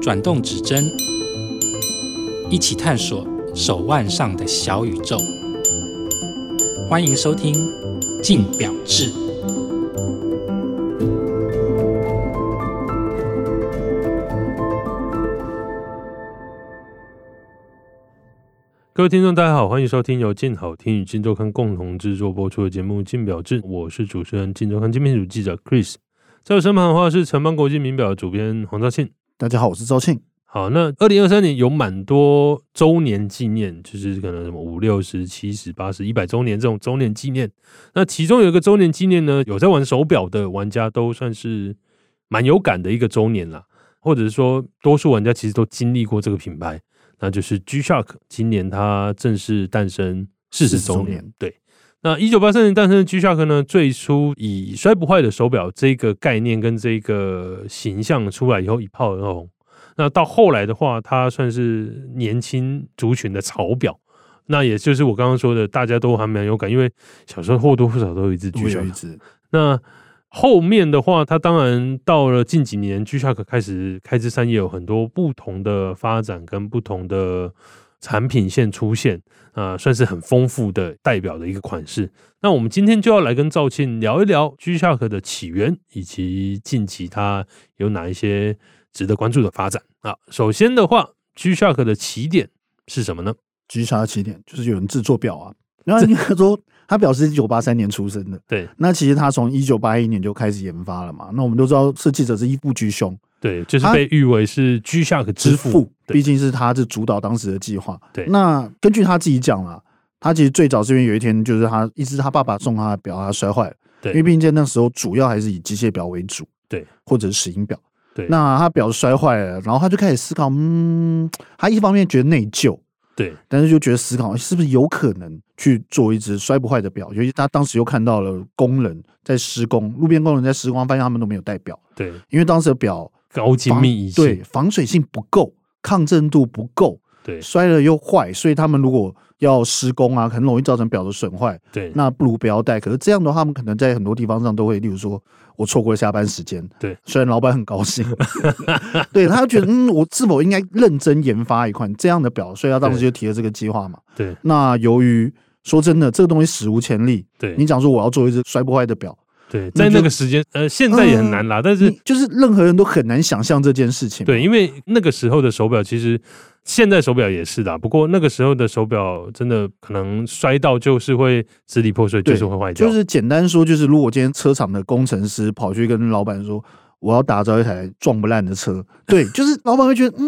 转动指针，一起探索手腕上的小宇宙。欢迎收听《静表志》。各位听众，大家好，欢迎收听由静好听与静周刊共同制作播出的节目《静表志》，我是主持人静周刊精品组记者 Chris，在我身旁的话是城邦国际名表主编黄兆庆。大家好，我是赵庆。好，那二零二三年有蛮多周年纪念，就是可能什么五六十、七十、八十、一百周年这种周年纪念。那其中有一个周年纪念呢，有在玩手表的玩家都算是蛮有感的一个周年啦，或者是说多数玩家其实都经历过这个品牌，那就是 G Shock，今年它正式诞生四十周40周年年。对，那一九八三年诞生的 G Shock 呢，最初以摔不坏的手表这个概念跟这个形象出来以后一炮而红。那到后来的话，它算是年轻族群的潮表。那也就是我刚刚说的，大家都还蛮有感，因为小时候或多或少都有一只 G 我 Shock 有一。只，那后面的话，它当然到了近几年，G Shock 开始开枝散叶，有很多不同的发展跟不同的产品线出现，啊、算是很丰富的代表的一个款式。那我们今天就要来跟赵庆聊一聊 G Shock 的起源，以及近期它有哪一些值得关注的发展啊。首先的话，G Shock 的起点是什么呢？ G 杀的起点就是有人制作表啊。然后应该说，他表示一九八三年出生的，对那其实他从一九八一年就开始研发了嘛。那我们都知道，设计者是伊布居兄对，就是它被誉为是 G Shock 之父。对毕竟是他是主导当时的计划。对那根据他自己讲啦，他其实最早是因为有一天就是他一直他爸爸送他的表，他摔坏了。对因为毕竟在那时候主要还是以机械表为主，对，或者是石英表。对那他表摔坏了，然后他就开始思考，嗯，他一方面觉得内疚，对但是就觉得思考是不是有可能去做一只摔不坏的表，尤其他当时又看到了工人在施工，路边工人在施工，发现他们都没有带表，对，因为当时的表高精防密仪器。对防水性不够，抗震度不够，对摔了又坏，所以他们如果要施工啊，很容易造成表的损坏，对那不如不要带。可是这样的话，他们可能在很多地方上都会，例如说我错过了下班时间，对，虽然老板很高兴， 对，他就觉得嗯，我是否应该认真研发一款这样的表？所以他当时对就提了这个计划嘛。对那由于说真的，这个东西史无前例，对你讲说我要做一只摔不坏的表，对，那在那就个时间，呃，现在也很难啦，但是嗯你就是任何人都很难想象这件事情。对，因为那个时候的手表其实。现在手表也是的，不过那个时候的手表真的可能摔到就是会支离破碎，对就是会坏掉。就是简单说，就是如果今天车厂的工程师跑去跟老板说，我要打造一台撞不烂的车，对，就是老板会觉得，嗯，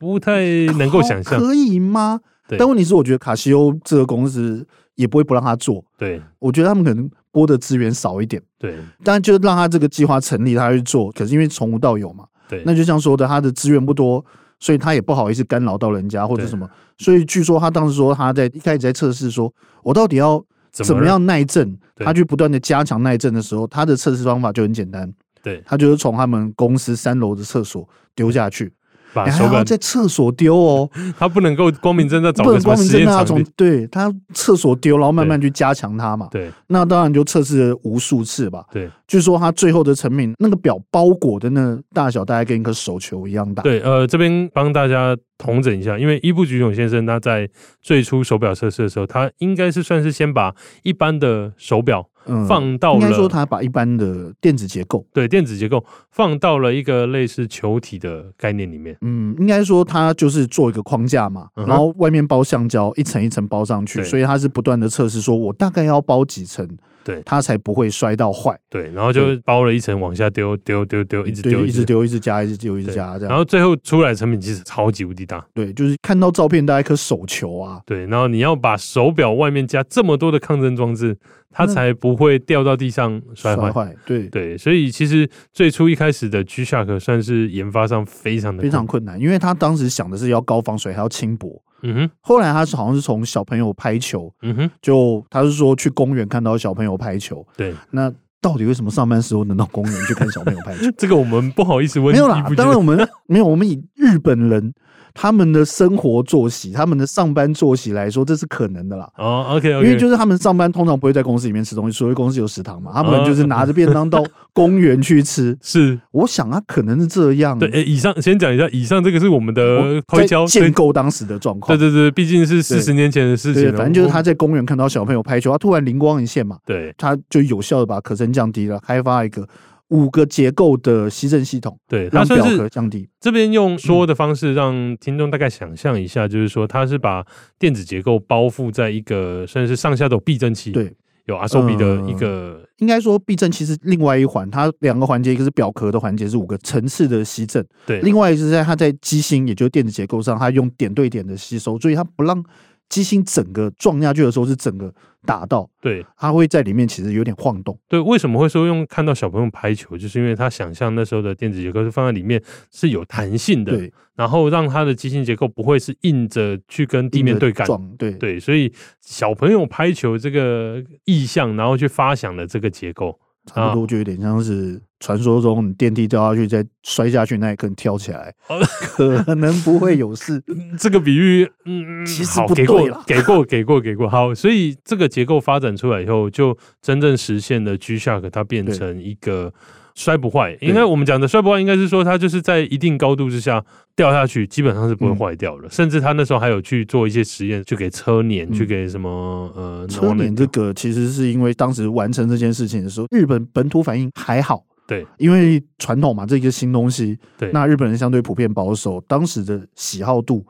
不太能够好想象。可以吗？对但问题是，我觉得卡西欧这个公司也不会不让他做，对我觉得他们可能拨的资源少一点，对但就让他这个计划成立，他去做。可是因为从无到有嘛，对，那就像说的，他的资源不多，所以他也不好意思干扰到人家或者对什么。所以据说他当时说他在一开始在测试，说我到底要怎怎么让？样耐震？对他去不断的加强耐震的时候，他的测试方法就很简单，对，他就是从他们公司三楼的厕所丢下去，把哎手还表要，在厕所丢哦，它不能够光明正大找不个能什么光明实正验大场从地。对他厕所丢，然后慢慢去加强它嘛。对那当然就测试了无数次吧。对据说他最后的成品，那个表包裹的那大小大概跟一颗手球一样大。对，呃，这边帮大家统整一下，因为伊布菊永先生他在最初手表测试的时候，他应该是算是先把一般的手表嗯放到应了、该说他把一般的电子结构，对电子结构放到了一个类似球体的概念里面。嗯，应该说它就是做一个框架嘛，嗯哼然后外面包橡胶，一层一层包上去，对所以它是不断的测试，说我大概要包几层，对它才不会摔到坏，对，然后就包了一层往下丢，丢丢丢，一直对丢，一直。丢，一直加，一直丢，一直对加，这然样，后最后出来的成品其实超级无敌大，对，就是看到照片大概一颗手球啊，对。然后你要把手表外面加这么多的抗震装置，它那才不会掉到地上摔坏嗯摔。坏，对，对，所以其实最初一开始的 G Shock 算是研发上非常的非常困困难，因为他当时想的是要高防水，还要轻薄。嗯哼后来他是好像是从小朋友拍球，嗯哼，就他是说去公园看到小朋友拍球， 对，那到底为什么上班时候能到公园 去看小朋友拍球？这个我们不好意思问， 没有啦，当然我们没有，我们以日本人他们的生活作息、他们的上班作息来说，这是可能的啦。哦，OK 因 OK，为就是他们上班通常不会在公司里面吃东西，所以公司有食堂嘛，他们哦就是拿着便当到公园去吃。是我想啊，可能是这样。对，诶，以上先讲一下，以上这个是我们的我推在敲建推构当时的状况对。对对，毕竟是四十年前的事情对，了，反正就是我他在公园看到小朋友拍球，他突然灵光一现嘛，对他就有效的把可升降低了，开发一个五个结构的吸震系统，对，他让算表是壳降低。这边用说的方式让听众大概想象一下，就是说它是把电子结构包覆在一个甚至是上下都有避震器，对，嗯有 RSOB 的一个，应该说，避震其实另外一环，它两个环节，一个是表壳的环节是五个层次的吸震，对另外是在它在机芯，也就是电子结构上，它用点对点的吸收，所以它不让机芯整个撞下去的时候是整个打到，对它会在里面其实有点晃动。对，为什么会说用看到小朋友拍球，就是因为他想象那时候的电子结构是放在里面是有弹性的，对，然后让它的机芯结构不会是硬着去跟地面对干，撞，对，对，所以小朋友拍球这个意向，然后去发想的这个结构，差不多就有点像是传说中你电梯掉下去再摔下去那一刻你跳起来哦， 可能不会有事。嗯这个比喻，嗯，其实好，不给对过啦，给过，给过，给过。好，所以这个结构发展出来以后，就真正实现了 G Shock，它变对成一个摔不坏。应该我们讲的摔不坏，应该是说它就是在一定高度之下掉下去，基本上是不会嗯坏掉的。甚至他那时候还有去做一些实验，去给车碾，嗯去给什么呃，车忘了碾这个其实是因为当时完成这件事情的时候，日本本土反应还好。对，因为传统嘛，这一个新东西，对那日本人相对普遍保守，当时的喜好度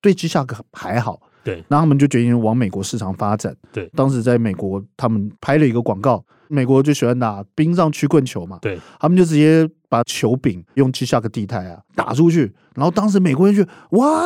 对 G Shock 还好。对那他们就决定往美国市场发展。对当时在美国，他们拍了一个广告，美国就喜欢打冰上曲棍球嘛，对，他们就直接把球柄用 G Shock 地台啊打出去，然后当时美国人就哇，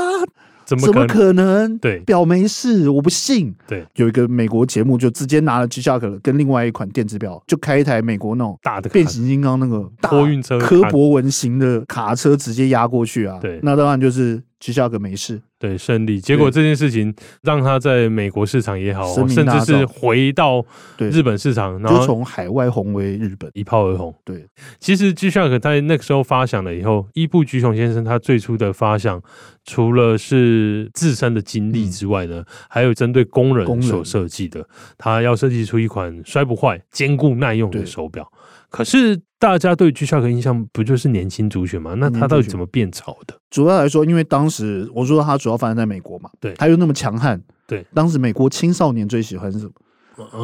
怎么怎么可能？可能？对表没事，我不信。对，有一个美国节目就直接拿了 G Shock 跟另外一款电子表，就开一台美国那种大的变卡形金刚那个大托运车柯卡博文型的卡车直接压过去啊！对那当然就是 G Shock 没事，对胜利，结果这件事情让他在美国市场也好，声名甚大至是噪回到对日本市场，然就后从海外红为日本。一炮而红。对，其实 G Shock 在那个时候发想了以后，伊部菊雄先生他最初的发想，除了是自身的经历之外呢，还有针对工嗯工人人所设计的，他要设计出一款摔不坏、坚固耐用的对手表。可是大家对 G Shock 印象不就是年轻族群吗？那年轻他到底族群怎么变潮的？主要来说，因为当时我说它主要发生在美国嘛，对它又那么强悍，对，当时美国青少年最喜欢是什么？嗯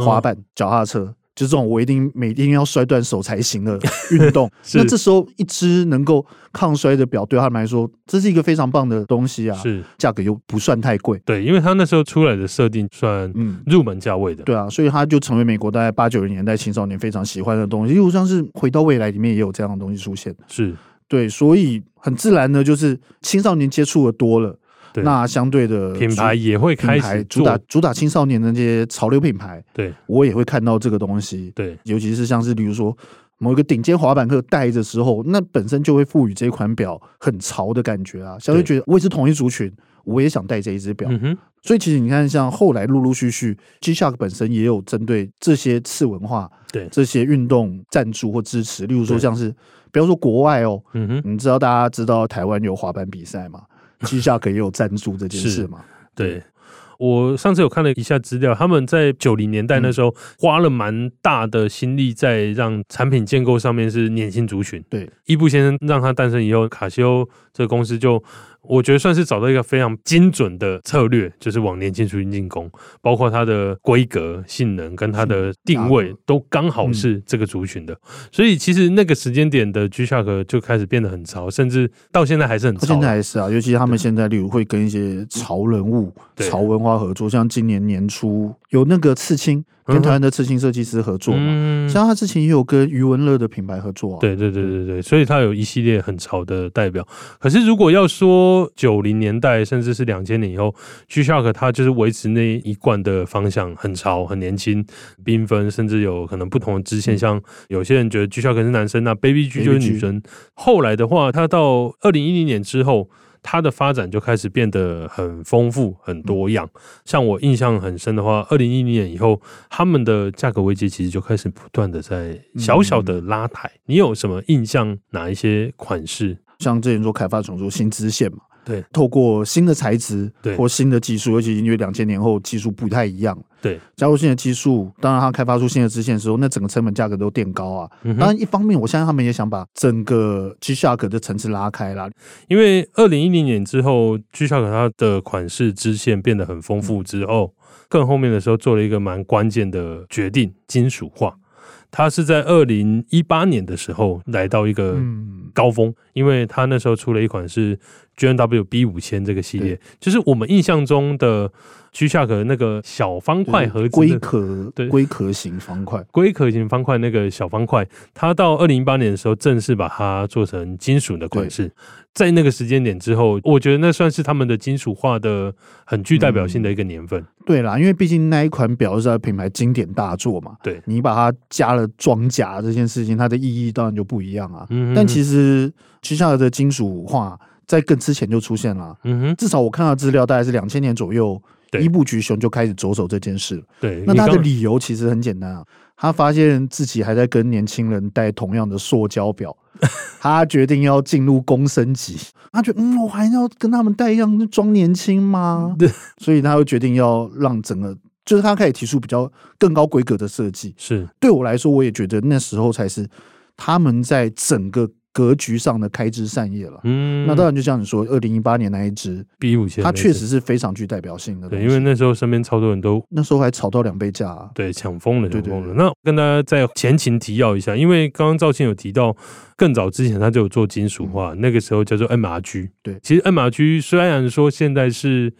滑板、脚踏车，就这种我一定每天要摔断手才行的 运动。是那这时候一只能够抗摔的表，对他们来说，这是一个非常棒的东西啊，嗯是价格又不算太贵。对，因为他那时候出来的设定算嗯，入门价位的。对啊，所以它就成为美国大概八九零年代青少年非常喜欢的东西，又像是《回到未来》里面也有这样的东西出现。是对，所以很自然的，就是青少年接触的多了，对那相对的品牌也会呃品开牌始主打做，主打青少年的那些潮流品牌，对我也会看到这个东西。对尤其是像是比如说某一个顶尖滑板客戴的时候，那本身就会赋予这款表很潮的感觉啊，相对对觉得我也是同一族群，我也想戴这一只表。嗯哼，所以其实你看，像后来陆陆续续，G Shock 本身也有针对这些次文化、对这些运动赞助或支持，例如说对像是不要说国外哦，嗯哼，你知道大家知道台湾有滑板比赛嘛？G Shock 也有赞助这件是事嘛？对。嗯我上次有看了一下资料，他们在九零年代嗯那时候花了蛮大的心力在让产品建构上面是年轻族群。对，伊布先生让他诞生以后，卡西欧这个公司就我觉得算是找到一个非常精准的策略，就是往年轻族群进攻，包括它的规格、性能跟它嗯的定位价格都刚嗯好是这个族群的。所以其实那个时间点的 G Shock 就开始变得很潮，甚至到现在还是很他潮。现在还是啊，尤其他们现在例如会跟一些潮人物、嗯对潮文化合作，像今年年初有那个刺青，嗯跟台湾的刺青设计师合作嘛。嗯像他之前也有跟余文乐的品牌合作、啊，对对对对对，所以它有一系列很潮的代表。可是如果要说九零年代甚至是两千年以后，G Shock 它就是维持那一贯的方向，很潮、很年轻、缤纷，甚至有可能不同的支线。嗯像有些人觉得 G Shock 是男生，那 Baby G Baby 就是女 G 生。后来的话，它到二零一零年之后。它的发展就开始变得很丰富、很嗯多样。像我印象很深的话，二零一零年以后，他们的价格危机其实就开始不断的在小小的拉抬。你有什么印象？哪一些款式？像之前说开发重组新支线嘛，对透过新的材质对或新的技术，尤其因为两千年后技术不太一样，对，加入新的技术，当然它开发出新的支线的时候，那整个成本价格都垫高啊。嗯当哼，然，一方面我相信他们也想把整个 G Shock 的层次拉开啦，因为二零一零年之后，G Shock 它的款式支线变得很丰富之后，更后面的时候做了一个蛮关键的决定，金属化。它是在二零一八年的时候来到一个嗯，高峰，因为他那时候出了一款是 G N W B 五千这个系列，就是我们印象中的 G Shock 那个小方块盒子龟的壳对龟壳型方块，龟壳型方块那个小方块，它到二零一八年的时候正式把它做成金属的款式。在那个时间点之后，我觉得那算是他们的金属化的很具代表性的一个年份。对啦，因为毕竟那一款表是它的品牌经典大作嘛，对你把它加了装甲这件事情，它的意义当然就不一样啊。嗯但其实，实 G Shock 的金属化在更之前就出现了，嗯哼，至少我看到资料大概是两千年左右。对伊布菊雄就开始着手这件事了。对，那你他的刚理由其实很简单啊，他发现自己还在跟年轻人戴同样的塑 胶表，他决定要进入公升级。他觉得，嗯，我还要跟他们戴一样装年轻吗？ 对，所以他又决定要让整个，就是他开始提出比较更高规格的设计。是对我来说，我也觉得那时候才是他们在整个格局上的开枝散叶了。嗯，那当然，就像你说，二零一八年那一支， B 五千，它确实是非常具代表性的东对，西。因为那时候身边超多人都那时候还炒到两倍价、啊。对，抢疯了，抢对疯了对。那跟大家再前情提要一下，因为刚刚赵庆有提到，更早之前他就有做金属化，那个时候叫做 MRG。嗯对其实 MRG 虽然说现在是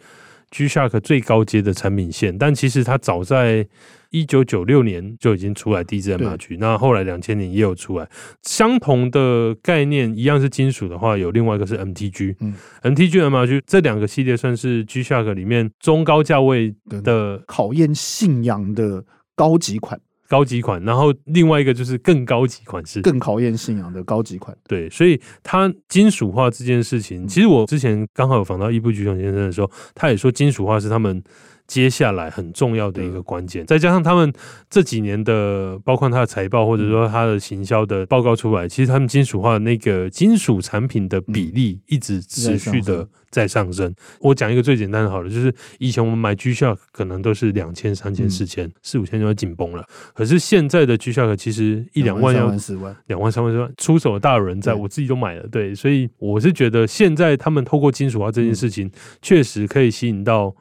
G Shock 最高阶的产品线，但其实它早在一九九六年就已经出来第一支对 MRG，那后来两千年也有出来相同的概念，一样是金属的话，有另外一个是 MTG，嗯，MTG、MRG 这两个系列算是 G Shock 里面中高价位对的考验信仰的高级款，高级款，然后另外一个就是更高级款式。更考验信仰的高级款。对，所以它金属化这件事情，其实我之前刚好有访到伊布菊雄先生的时候，他也说金属化是他们接下来很重要的一个关键。再加上他们这几年的，包括它的财报或者说它的行销的报告出来，其实他们金属化那个金属产品的比例一直持续的在上嗯升。我讲一个最简单的好了，就是以前我们买 G Shock 可能都是两千、三千、嗯四千、四五千就要紧绷了，可是现在的 G Shock 其实一两万三要万四万，两万、三万、四万，出手的大有人在，对我自己都买了。对，所以我是觉得现在他们透过金属化嗯这件事情，确实可以吸引到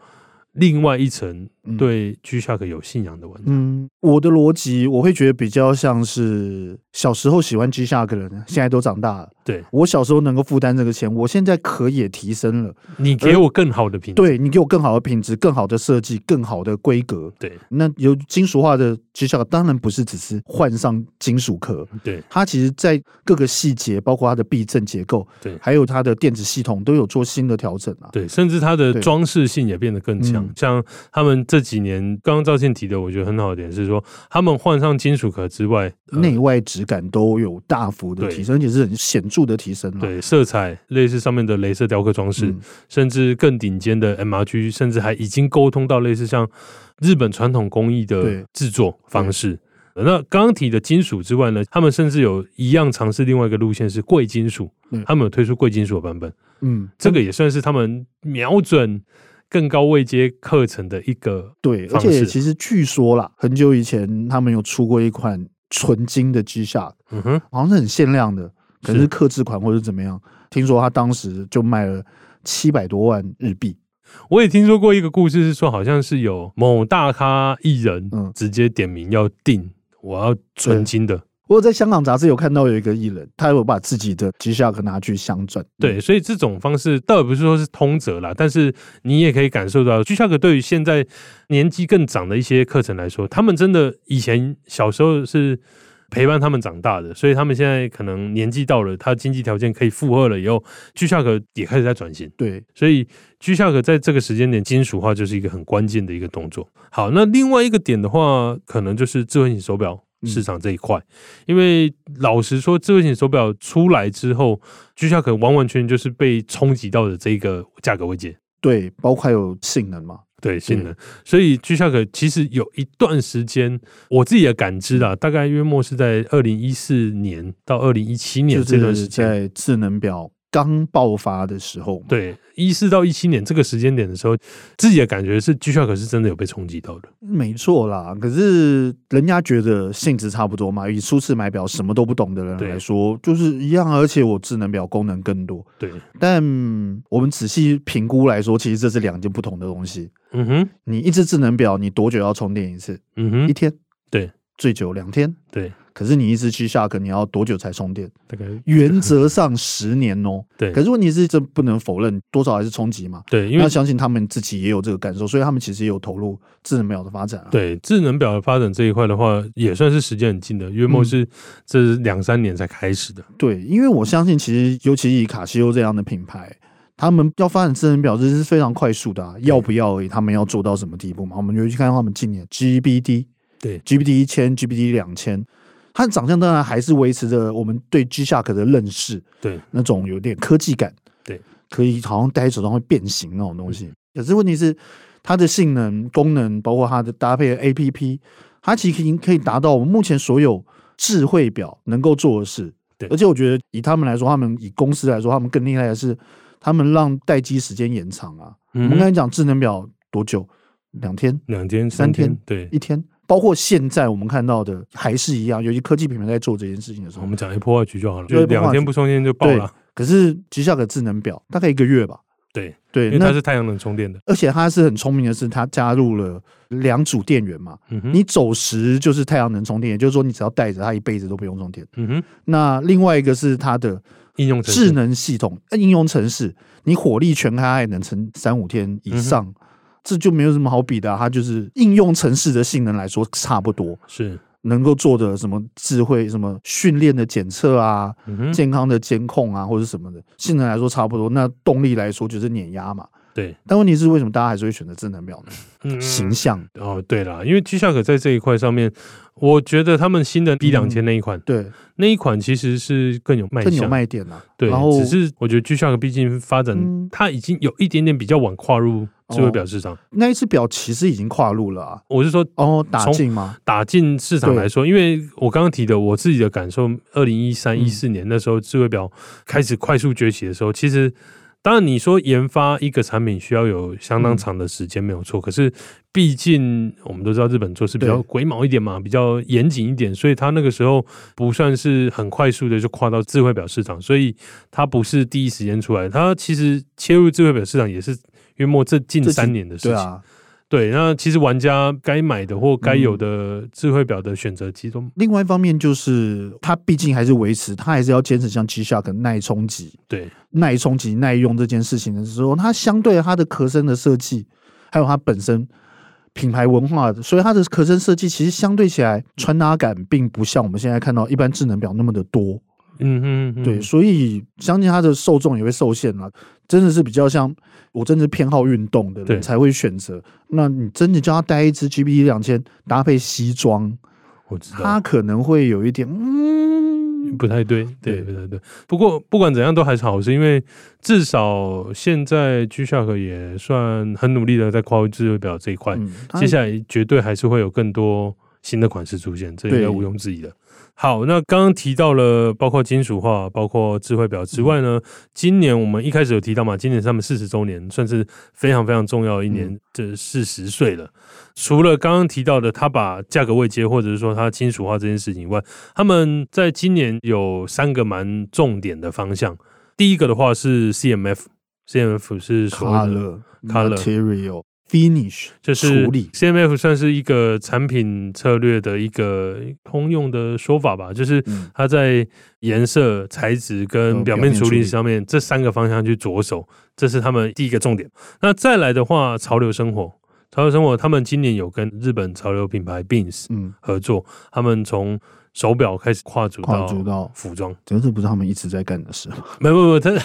另外一层嗯，对 G Shock 有信仰的玩家。嗯，我的逻辑我会觉得比较像是小时候喜欢 G Shock 的人，现在都长大了。对我小时候能够负担这个钱，我现在可也提升了。你给我更好的品质，对你给我更好的品质、更好的设计、更好的规格。对那有金属化的 G Shock 当然不是只是换上金属壳，对它其实在各个细节，包括它的避震结构，对还有它的电子系统都有做新的调整啊。对，甚至它的对装饰性也变得更强嗯。像他们这几年，刚刚赵信提的，我觉得很好的点是说，他们换上金属壳之外，呃内外质感都有大幅的对提升，而且是很显著的提升了。对色彩类似上面的镭射雕刻装饰，嗯甚至更顶尖的 MRG，甚至还已经沟通到类似像日本传统工艺的对制作方式。呃那刚刚提的金属之外呢，他们甚至有一样尝试另外一个路线是贵金属嗯，他们有推出贵金属的版本，嗯，这个也算是他们瞄准更高位阶课程的一个对，而方式且其实据说啦，很久以前他们有出过一款纯金的 G Shock，嗯哼好像是很限量的，可能是是克制款或者怎么样。听说他当时就卖了七百多万日币，我也听说过一个故事，是说好像是有某大咖艺人嗯直接点名要定，我要纯金的。我有在香港杂志有看到有一个艺人，他有把自己的 G Shock 拿去嗯镶钻。对，所以这种方式倒也不是说是通则啦，但是你也可以感受到，G Shock 对于现在年纪更长的一些课程来说，他们真的以前小时候是陪伴他们长大的，所以他们现在可能年纪到了，他经济条件可以负荷了以后，G Shock 也开始在转型。对，所以 G Shock 在这个时间点金属化就是一个很关键的一个动作。好，那另外一个点的话，可能就是智慧型手表市场这一块，因为老实说，智慧型手表出来之后，G Shock 完完全全就是被冲击到的这个价格位阶。对，包括有性能嘛，对性能，所以 G Shock 其实有一段时间，我自己的感知啦，大概约莫是在二零一四年到二零一七年就这段时是间，在智能表刚爆发的时候嘛，对，一四到一七年这个时间点的时候，自己的感觉是 G Shock 是真的有被冲击到的。没错啦。可是人家觉得性质差不多嘛，以初次买表什么都不懂的人对来说，就是一样，而且我智能表功能更多。对，但我们仔细评估来说，其实这是两件不同的东西。嗯哼，你一只智能表，你多久要充电一次？嗯哼一，天，对，最久两天。对，可是你一只 G Shock，你要多久才充电？大概原 则上十年哦、对可是问题是，这不能否认，多少还是冲击嘛。对，因为那相信他们自己也有这个感受，所以他们其实也有投入智能表的发展啊。，对智能表的发展这一块的话，也算是时间很近的，约莫嗯是这两三年才开始的。对，因为我相信，其实尤其以卡西欧这样的品牌，他们要发展智能表这是非常快速的、啊，要不要而已？他们要做到什么地步嘛？我们就去看到他们近年 GBD，对，GBD 一千、GBD 两千，它的长相当然还是维持着我们对 G Shock 的认识，对，那种有点科技感，对，可以好像戴在手上会变形那种东西。可是问题是，它的性能、功能，包括它的搭配的 APP，它其实已经可以达到我们目前所有智慧表能够做的事。对而且我觉得以他们来说，他们以公司来说，他们更厉害的是，他们让待机时间延长啊。我嗯们刚才讲智能表多久？两天、两天、三三天天，对，一天，包括现在我们看到的还是一样，尤其科技品牌在做这件事情的时我候，们讲 Apple Watch 就好了，就就 Apple 两天不充电就爆对了。可是旗下的智能表大概一个月吧。对，因对，为那它是太阳能充电的。而且它是很聪明的是，它加入了两组电源嘛。嗯哼，你走时就是太阳能充电，也就是说你只要带着它一辈子都不用充电。嗯哼，那另外一个是它的应 用程式智能系统、呃应用程式，你火力全开它也能撑三五天以上，嗯这就没有什么好比的啊、它就是应用程式的性能来说差不多，是，能够做的什么智慧、什么训练的检测啊、嗯哼，健康的监控啊，或者什么的，性能来说差不多。那动力来说就是碾压嘛。对，但问题是，为什么大家还是会选择智能表呢？嗯形象，哦，对了，因为 G Shock 在这一块上面，我觉得他们新的 B 两千那一款，对，那一款其实是更有卖更有相卖点啊啦。对，然后只是我觉得 G Shock 毕竟发展，嗯哦它已经有一点点比较晚跨入智慧表市场。那一只表其实已经跨入了啊。我是说哦，打进吗？打进市场来说，因为我刚刚提的我自己的感受，二零一三嗯一四年那时候智慧表开始快速崛起的时候，其实。当然，你说研发一个产品需要有相嗯当长的时间，没有错。可是，毕竟我们都知道日本做事比较对鬼毛一点嘛，比较严谨一点，所以他那个时候不算是很快速的就跨到智慧表市场，所以它不是第一时间出来。它其实切入智慧表市场也是约莫这近这几三年的事对情。啊。对，那其实玩家该买的或该有的智慧表的选择，其实都另外一方面就是，它毕竟还是维持，它还是要坚持像 G Shock 耐冲击、对，耐冲击、耐用这件事情的时候，它相对它的壳身的设计，还有它本身品牌文化的，所以它的壳身设计其实相对起来穿搭感并不像我们现在看到一般智能表那么的多。嗯哼哼，对，所以相信它的受众也会受限啦。真的是比较像我真的是偏好运动的对人才会选择。那你真的叫他带一支 GB 两千搭配西装，我知道他可能会有一点嗯，不太对，对对不太对。不过不管怎样都还是好事，因为至少现在 G Shock 也算很努力的在跨入智慧表这一块，嗯接下来绝对还是会有更多新的款式出现，这应该对毋庸置疑的。好，那刚刚提到了包括金属化、包括智慧表之外呢，嗯今年我们一开始有提到嘛，今年是他们四十周年，算是非常非常重要的一年嗯，这四十岁了。除了刚刚提到的，他把价格未接或者是说他金属化这件事情以外，他们在今年有三个蛮重点的方向。第一个的话是 CMF，CMF 是所谓的 color color material finish 就是处理， CMF 算是一个产品策略的一个通用的说法吧，就是嗯，它在颜色、材质跟嗯表表面面处处理理上面这三个方向去着手，这是他们第一个重点。那再来的话，潮流生活，潮流生活，他们今年有跟日本潮流品牌 Beans 嗯，合作，他们从手表开始跨足跨到足到，服装。真是不是他们一直在干的事吗？没没没，他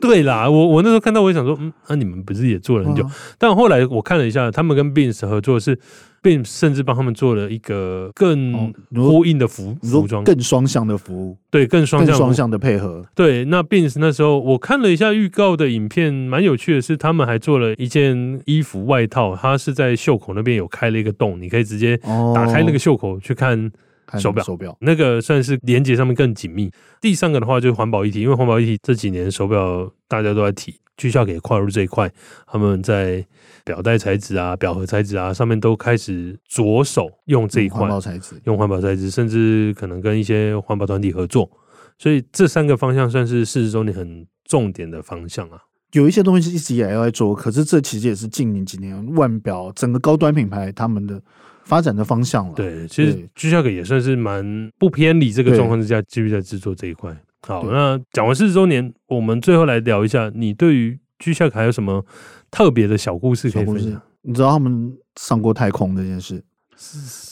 对啦，我我那时候看到，我也想说，嗯，那、你们不是也做了很久？啊但后来我看了一下，他们跟 Beams 合作是 Beams 甚至帮他们做了一个更哦你说呼应的服你说嗯服装，更双向的服务，对更双更向双服。向的配合，对，那 Beams 那时候我看了一下预告的影片，蛮有趣的是，他们还做了一件衣服外套，它是在袖口那边有开了一个洞，你可以直接哦，打开那个袖口去看和手表手表，那个算是连接上面更紧密。第三个的话就是环保议题，因为环保议题这几年手表大家都在提，居下给跨入这一块，他们在表带材质啊、表盒材质啊上面都开始着手用这一嗯块环，保材质，用环保材质，甚至可能跟一些环保团体合作。所以这三个方向算是四十周年很重点的方向啊。有一些东西是一直以来都在做，可是这其实也是近年几年腕表整个高端品牌他们的发展的方向了。，对，其实对居下给也算是蛮不偏离这个对状况之下，继续在制作这一块。好，对那讲完四十周年，我们最后来聊一下，你对于居下给还有什么特别的小故事可小以故分事享？，你知道他们上过太空这件事。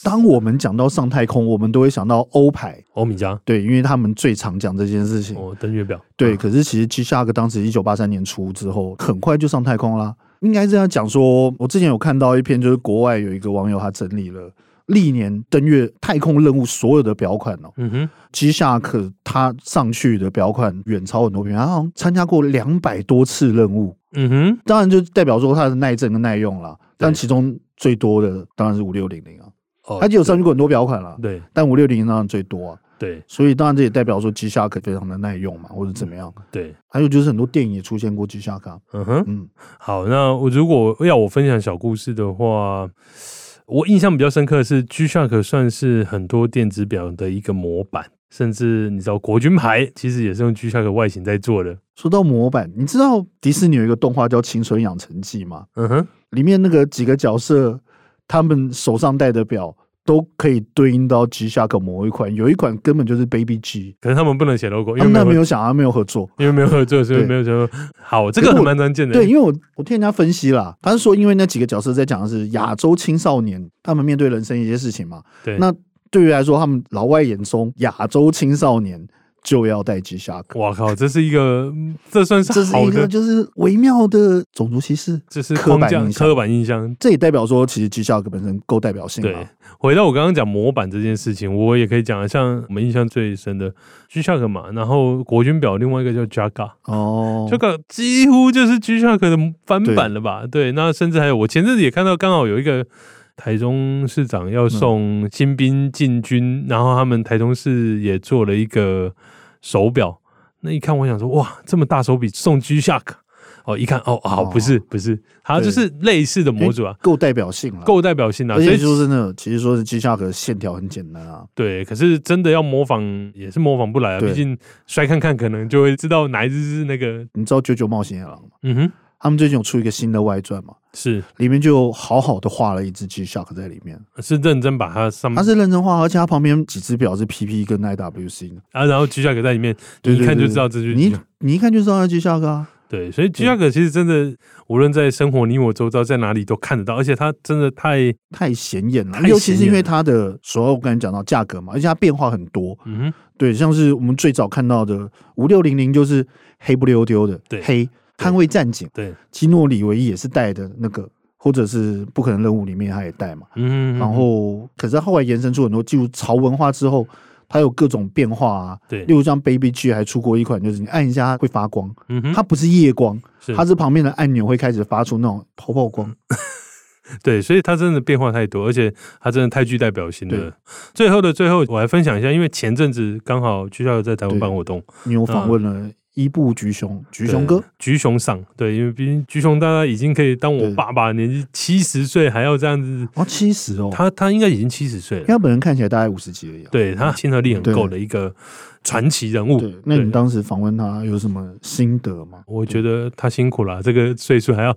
当我们讲到上太空，我们都会想到欧牌，欧米茄对，因为他们最常讲这件事情。哦，登月表，对，啊可是其实 G Shock 当时一九八三年出之后，很快就上太空啦。应该这样讲说，我之前有看到一篇，就是国外有一个网友他整理了历年登月太空任务所有的表款哦、嗯哼， G Shock 它上去的表款远超很多品牌，它好像参加过两百多次任务，嗯哼，当然就代表说它的耐震跟耐用啦。但对其中最多的当然是五六零零啊，哦它就有上去过很多表款啦，对但五六零零当然最多啊，对所以当然这也代表说 G Shock 非常的耐用嘛，或者怎么样。对，还有就是很多电影也出现过 G Shock，嗯哼，嗯，好，那我如果要我分享小故事的话，我印象比较深刻的是 G Shock 算是很多电子表的一个模板，甚至你知道国军牌其实也是用 G Shock 外形在做的。说到模板，你知道迪士尼有一个动画叫《青春养成记》吗？嗯哼，里面那个几个角色，他们手上戴的表都可以对应到 G Shock 某一款，有一款根本就是 Baby G，可是他们不能写 logo，因为他们没啊那有没合有想，他没有合作。因为没有合作，所以对没有说好，这可个是还我蛮关键的。对，因为我我听人家分析啦，他是说因为那几个角色在讲的是亚洲青少年他们面对人生一些事情嘛，对那对于来说，他们老外眼中亚洲青少年就要戴 G Shock。哇靠，这是一个，这算是这是好一个的，就是微妙的种族歧视，这是刻框板架、印象刻板印象。这也代表说，其实绩效本身够代表性对嘛。，回到我刚刚讲模板这件事情，我也可以讲，像我们印象最深的 G Shock 嘛，然后国军表另外一个叫 Jaga，哦，这个几乎就是 G Shock 的翻版了吧？对，那甚至还有我前阵子也看到，刚好有一个台中市长要送新兵进军，然后他们台中市也做了一个手表。那一看，我想说，哇，这么大手笔送 G Shock，哦，一看，哦，好，哦不是，不是，它对就是类似的模组啊，够代表性了。够代表性啊，而所且以说真的，其实说哦是绩效的线条很简单啊。对，可是真的要模仿也是模仿不来啊，对毕竟摔看看可能就会知道哪一只是那个，你知道《九九冒险野狼》吗？嗯哼，他们最近有出一个新的外传嘛，是里面就好好的画了一只 G Shock 在里面，是认真把它上面它是认真画，而且它旁边几只表是 PP 跟 IWC 呢。啊，然后 G Shock 在里面，对你一看对就对知道这就是你 G 一 Shock 你一看就知道它 G Shock 啊。对，所以 G Shock 其实真的，无论在生活你我周遭，在哪里都看得到，而且它真的太，太显眼太了，显眼尤其是因了为它的所有我刚才讲到价格嘛，而且它变化很多，嗯哼，对，像是我们最早看到的五六零零就是黑不溜丢的，对黑捍卫战警，对，基诺里维也是带的那个，或者是不可能任务里面他也带嘛。嗯哼，然后，可是后来延伸出很多进入潮文化之后，它有各种变化啊。对例，如像 Baby G 还出过一款，就是你按一下它会发光，嗯哼，它不是夜光，是嗯它是旁边的按钮会开始发出那种泡泡光。对，所以它真的变化太多，而且它真的太具代表性对了。最后的最后，我还分享一下，因为前阵子刚好 G Shock 在台湾对办活动，你有访问了伊布菊熊，菊熊哥对，菊熊上，对，因为毕竟菊熊大家已经可以当我对爸爸的年纪七十岁还要这样子，哦，七十哦，他他应该已经七十岁因为了，他本人看起来大概五十几而已、啊。对他亲和力很对够的一个传奇人物。对，那你对当时访问他有什么心得 吗？我觉得他辛苦了，这个 岁数还要，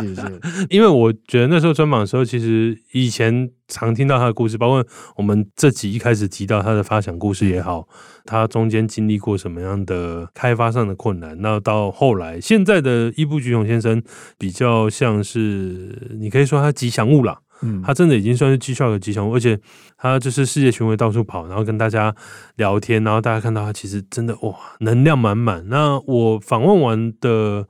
谢谢。因为我觉得那时候专访的时候，其实以前常听到他的故事，包括我们这集一开始提到他的发想故事也好，他中间经历过什么样的开发上的困难，那到后来现在的伊布菊雄先生比较像是，你可以说他吉祥物啦，嗯，他真的已经算是 G Shock 的吉祥物，而且他就是世界巡回到处跑，然后跟大家聊天，然后大家看到他其实真的哇，能量满满。那我访问完的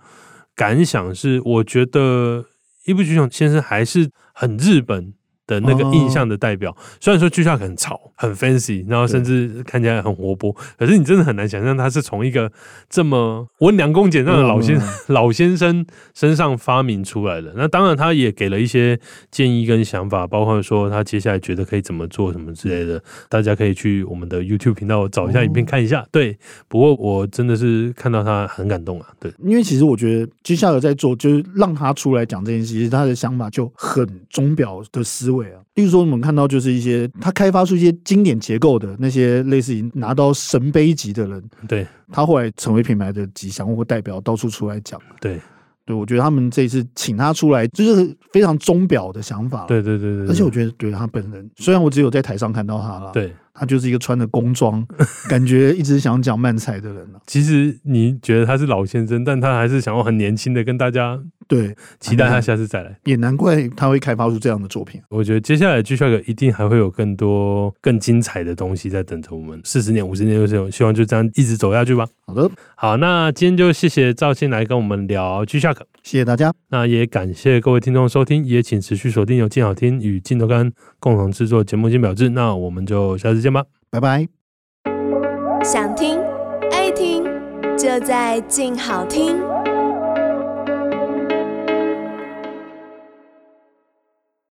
感想是，我觉得伊布菊雄先生还是很日本的那个印象的代哦表。虽然说巨下很潮、很 fancy，然后甚至看起来很活泼，可是你真的很难想象他是从一个这么温良恭俭让的老先、嗯老先生身上发明出来的。那当然，他也给了一些建议跟想法，包括说他接下来觉得可以怎么做什么之类的。大家可以去我们的 YouTube 频道找一下哦影片看一下。对，不过我真的是看到他很感动啊。对，因为其实我觉得基夏尔在做，就是让他出来讲这件事，其实他的想法就很钟表的思维啊。例如说，我们看到就是一些他开发出一些经典结构的那些类似于拿到神杯级的人，对，他后来成为品牌的吉祥物或代表，到处出来讲。对，对我觉得他们这一次请他出来，就是非常钟表的想法。，对，对，对，对。而且我觉得对他本人，虽然我只有在台上看到他了，，对，他就是一个穿着工装，感觉一直想讲漫才的人啊。其实你觉得他是老先生，但他还是想要很年轻的跟大家对，期待他下次再来。也难怪他会开发出这样的作品。我觉得接下来 G Shock 一定还会有更多更精彩的东西在等着我们，四十年、五十年、六十年，希望就这样一直走下去吧。好的，好，那今天就谢谢赵信来跟我们聊 G Shock，谢谢大家，那也感谢各位听众收听，也请持续锁定由静好听与镜头杆共同制作节目《金表志》，那我们就下次见吧。拜拜。想听爱听，就在静好听。